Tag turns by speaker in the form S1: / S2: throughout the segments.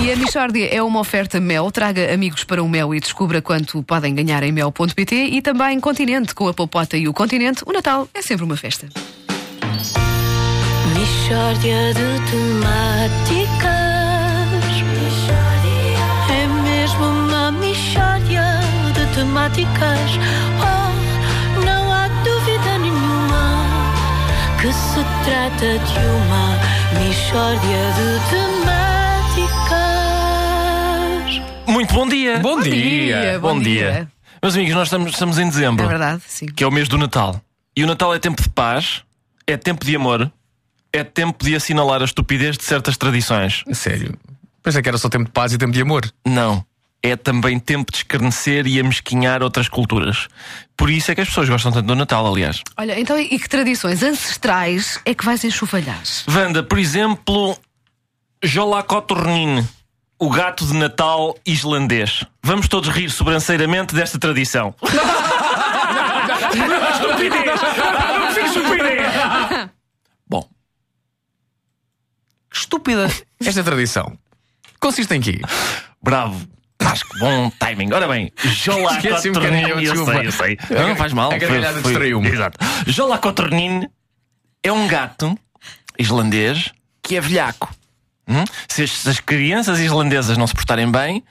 S1: E a Michórdia é uma oferta Mel. Traga amigos para o Mel e descubra quanto podem ganhar em mel.pt e também Continente. Com a Popota e o Continente, o Natal é sempre uma festa.
S2: Mistória de temáticas. É mesmo uma mistória de temáticas. Oh, não há dúvida nenhuma que se trata de uma mistória de temáticas.
S3: Muito bom dia!
S4: Bom Bom dia.
S1: dia, bom dia.
S3: Meus amigos, nós estamos, estamos em dezembro,
S1: É verdade, sim.
S3: que é o mês do Natal. E o Natal é tempo de paz, é tempo de amor, é tempo de assinalar a estupidez de certas tradições.
S4: A Sério. Pensei que era só tempo de paz e tempo de amor.
S3: Não. É também tempo de escarnecer e amesquinhar outras culturas. Por isso é que as pessoas gostam tanto do Natal, aliás.
S1: Olha, então e que tradições ancestrais é que vais enxovalhar?
S3: Vanda, por exemplo, Jolacotornin, o gato de Natal islandês. Vamos todos rir sobranceiramente desta tradição. Estupidez! Não fiz estupidez! Bom. Que Estúpida.
S4: Esta tradição consiste em quê?
S3: Bravo. Acho que bom timing. Ora bem,
S4: Esqueci um
S3: Jolacotornin.
S4: bocadinho,
S3: eu
S4: desculpa.
S3: sei, eu sei. Não, não faz mal.
S4: A gargalhada
S3: Foi- foi-
S4: distraiu-me.
S3: Exato. Jolacotornin é um gato islandês que é velhaco. Hum? Se, as, se as crianças islandesas não se portarem bem,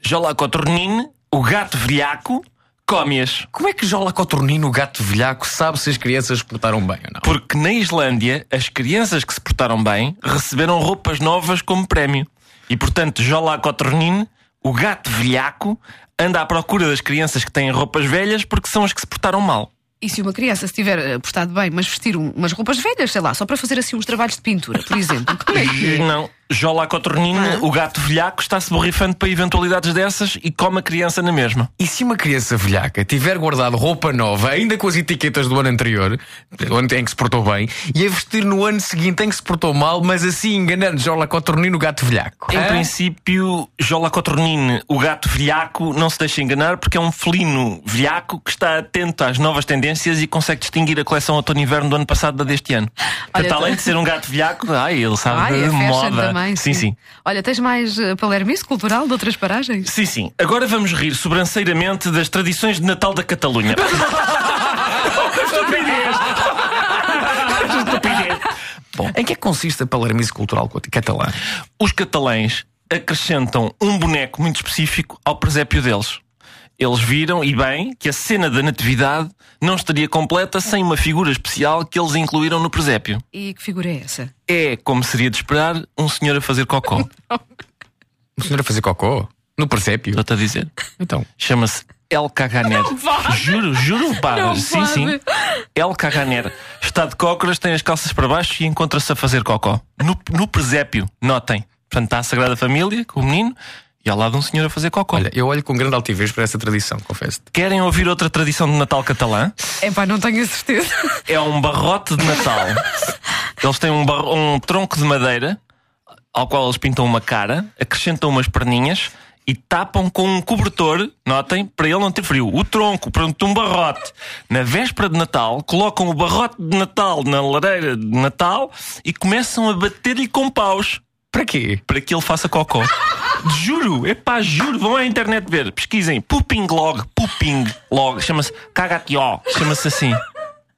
S3: Jolacotornin, o gato velhaco, come-as.
S4: Como é que Jola Cotornino, o gato velhaco, sabe se as crianças se portaram bem ou não?
S3: Porque na Islândia, as crianças que se portaram bem receberam roupas novas como prémio. E portanto, Jolacotornin, o gato velhaco, anda à procura das crianças que têm roupas velhas porque são as que se portaram mal.
S1: E se uma criança se tiver eh, portado bem, mas vestir um- umas roupas velhas, sei lá, só para fazer assim uns trabalhos de pintura, por exemplo, como é que é?
S3: Não, Jolacotornin, o gato velhaco, está-se borrifando para eventualidades dessas e come a criança na mesma.
S4: E se uma criança velhaca tiver guardado roupa nova, ainda com as etiquetas do ano anterior, do ano em que se portou bem, e a vestir no ano seguinte em que se portou mal, mas assim enganando Jola Cotornino, o gato velhaco?
S3: Em
S1: É?
S4: Hã?
S3: princípio, Jolacotornin, o gato velhaco, não se deixa enganar porque é um felino velhaco que está atento às novas tendências e consegue distinguir a coleção outono-inverno do ano passado da deste ano. Portanto,
S1: tá-
S3: além de ser um gato velhaco, ai, ele sabe
S1: Ai,
S3: de
S1: é fashion
S3: moda.
S1: também.
S3: sim, sim.
S1: Olha, tens mais eh, palermice cultural de outras paragens?
S3: Sim, sim. Agora vamos rir sobranceiramente das tradições de Natal da Catalunha. Estupidez! Estupidez!
S4: Bom, em que é que consiste a palermice cultural catalã?
S3: os catalães acrescentam um boneco muito específico ao presépio deles. Eles viram, e bem, que a cena da Natividade não estaria completa sem uma figura especial que eles incluíram no presépio.
S1: E que figura é essa?
S3: É, como seria de esperar, um senhor a fazer cocó.
S4: O senhor a fazer cocô? No presépio?
S3: Estou-te a dizer.
S4: Então.
S3: Chama-se El Caganer. Juro, juro, pá.
S1: Não
S3: sim,
S1: vale.
S3: sim. El Caganer. Está de cócoras, tem as calças para baixo e encontra-se a fazer cocó. No, no presépio, notem. Portanto, está a Sagrada Família, com o menino, e ao lado um senhor a fazer cocó.
S4: Olha, eu olho com grande altivez para essa tradição, confesso-te.
S3: Querem ouvir outra tradição de Natal catalã?
S1: É pá, não tenho a certeza.
S3: É um barrote de Natal. Eles têm um, bar- um tronco de madeira ao qual eles pintam uma cara, acrescentam umas perninhas e tapam com um cobertor, notem, para ele não ter frio. O tronco, pronto, um barrote. Na véspera de Natal, colocam o barrote de Natal na lareira de Natal e começam a bater-lhe com paus
S4: Para quê?
S3: para que ele faça cocó. Juro, epá, juro, vão à internet ver, pesquisem, pooping log, pooping log, chama-se KHTO, chama-se assim.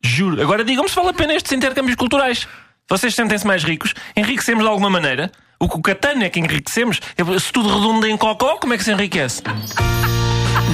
S3: Juro. Agora digam-me se vale a pena estes intercâmbios culturais. Vocês sentem-se mais ricos, enriquecemos de alguma maneira. O que o catano é que enriquecemos. Se tudo redunda em cocó, como é que se enriquece?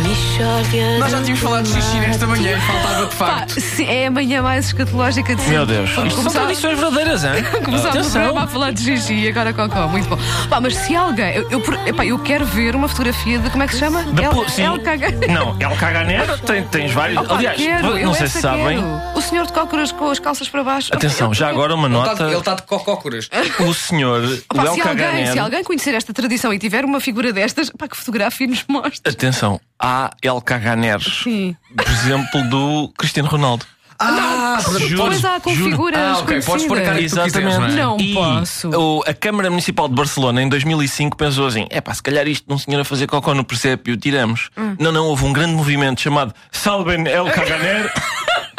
S2: Mistória
S4: Nós já
S2: de
S4: tínhamos falado de xixi nesta manhã, faltava de
S1: Pá,
S4: facto.
S1: se é a manhã mais escatológica de sempre.
S3: Meu Deus,
S1: Vamos
S3: isto são
S1: começar-
S3: tradições verdadeiras,
S1: Começámos o
S3: hein?
S1: programa a
S3: Atenção.
S1: falar de Gigi e agora Cocó, muito bom. Pá, mas se alguém. Eu, eu, por- epá, eu quero ver uma fotografia de como é que se chama?
S3: Da
S1: El,
S3: po- sim.
S1: El Caga-
S3: Não, El Caganer, tem, tens vários.
S1: Pá,
S3: Aliás,
S1: quero, eu
S3: não sei
S1: essa
S3: se sabem.
S1: quero. O senhor de cócoras com as calças para baixo.
S3: Atenção, já agora uma nota.
S4: tá de cocócoras.
S3: O senhor,
S1: Pá,
S3: o El
S1: se, alguém,
S3: Caganer.
S1: se alguém conhecer esta tradição e tiver uma figura destas, pá, que fotografia nos mostra.
S3: Atenção, há El Caganeres,
S1: Sim.
S3: por exemplo, do Cristiano Ronaldo.
S4: Ah,
S3: juro.
S1: Pois há com
S3: juro.
S1: figuras.
S4: Ah, ok, podes pôr a cara
S1: conhecidas.
S4: que tu quiseres, não é?
S1: Não
S3: e
S1: posso.
S3: o- a Câmara Municipal de Barcelona, em 2005, pensou assim: é pá, se calhar isto de um senhor a fazer cocó
S1: Hum.
S3: no presépio, tiramos. Não, não, houve um grande movimento chamado Salven El Caganer.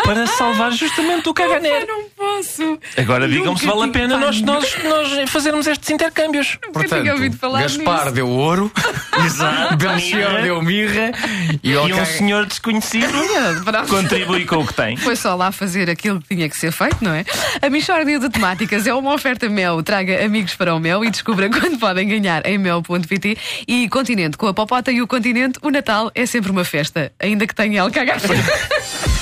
S3: para salvar justamente o
S1: Eu
S3: caganeiro.
S1: não posso.
S3: Agora digam-me se
S1: Nunca
S3: vale a
S1: tive-
S3: pena
S1: Pá,
S3: nós, nós, nós fazermos estes intercâmbios.
S1: nunca tinha ouvido falar
S4: Gaspar
S1: nisso.
S4: deu ouro,
S3: Exato.
S4: Belchior deu mirra e, ao
S3: E um
S4: caga-
S3: senhor desconhecido
S1: Bravo.
S3: contribui com o que tem.
S1: Foi só lá fazer aquilo que tinha que ser feito, não é? A Michórdia de Temáticas é uma oferta Mel. Traga amigos para o Mel e descubra quando podem ganhar em mel.pt e Continente. Com a Popota e o Continente, o Natal é sempre uma festa, ainda que tenha algo a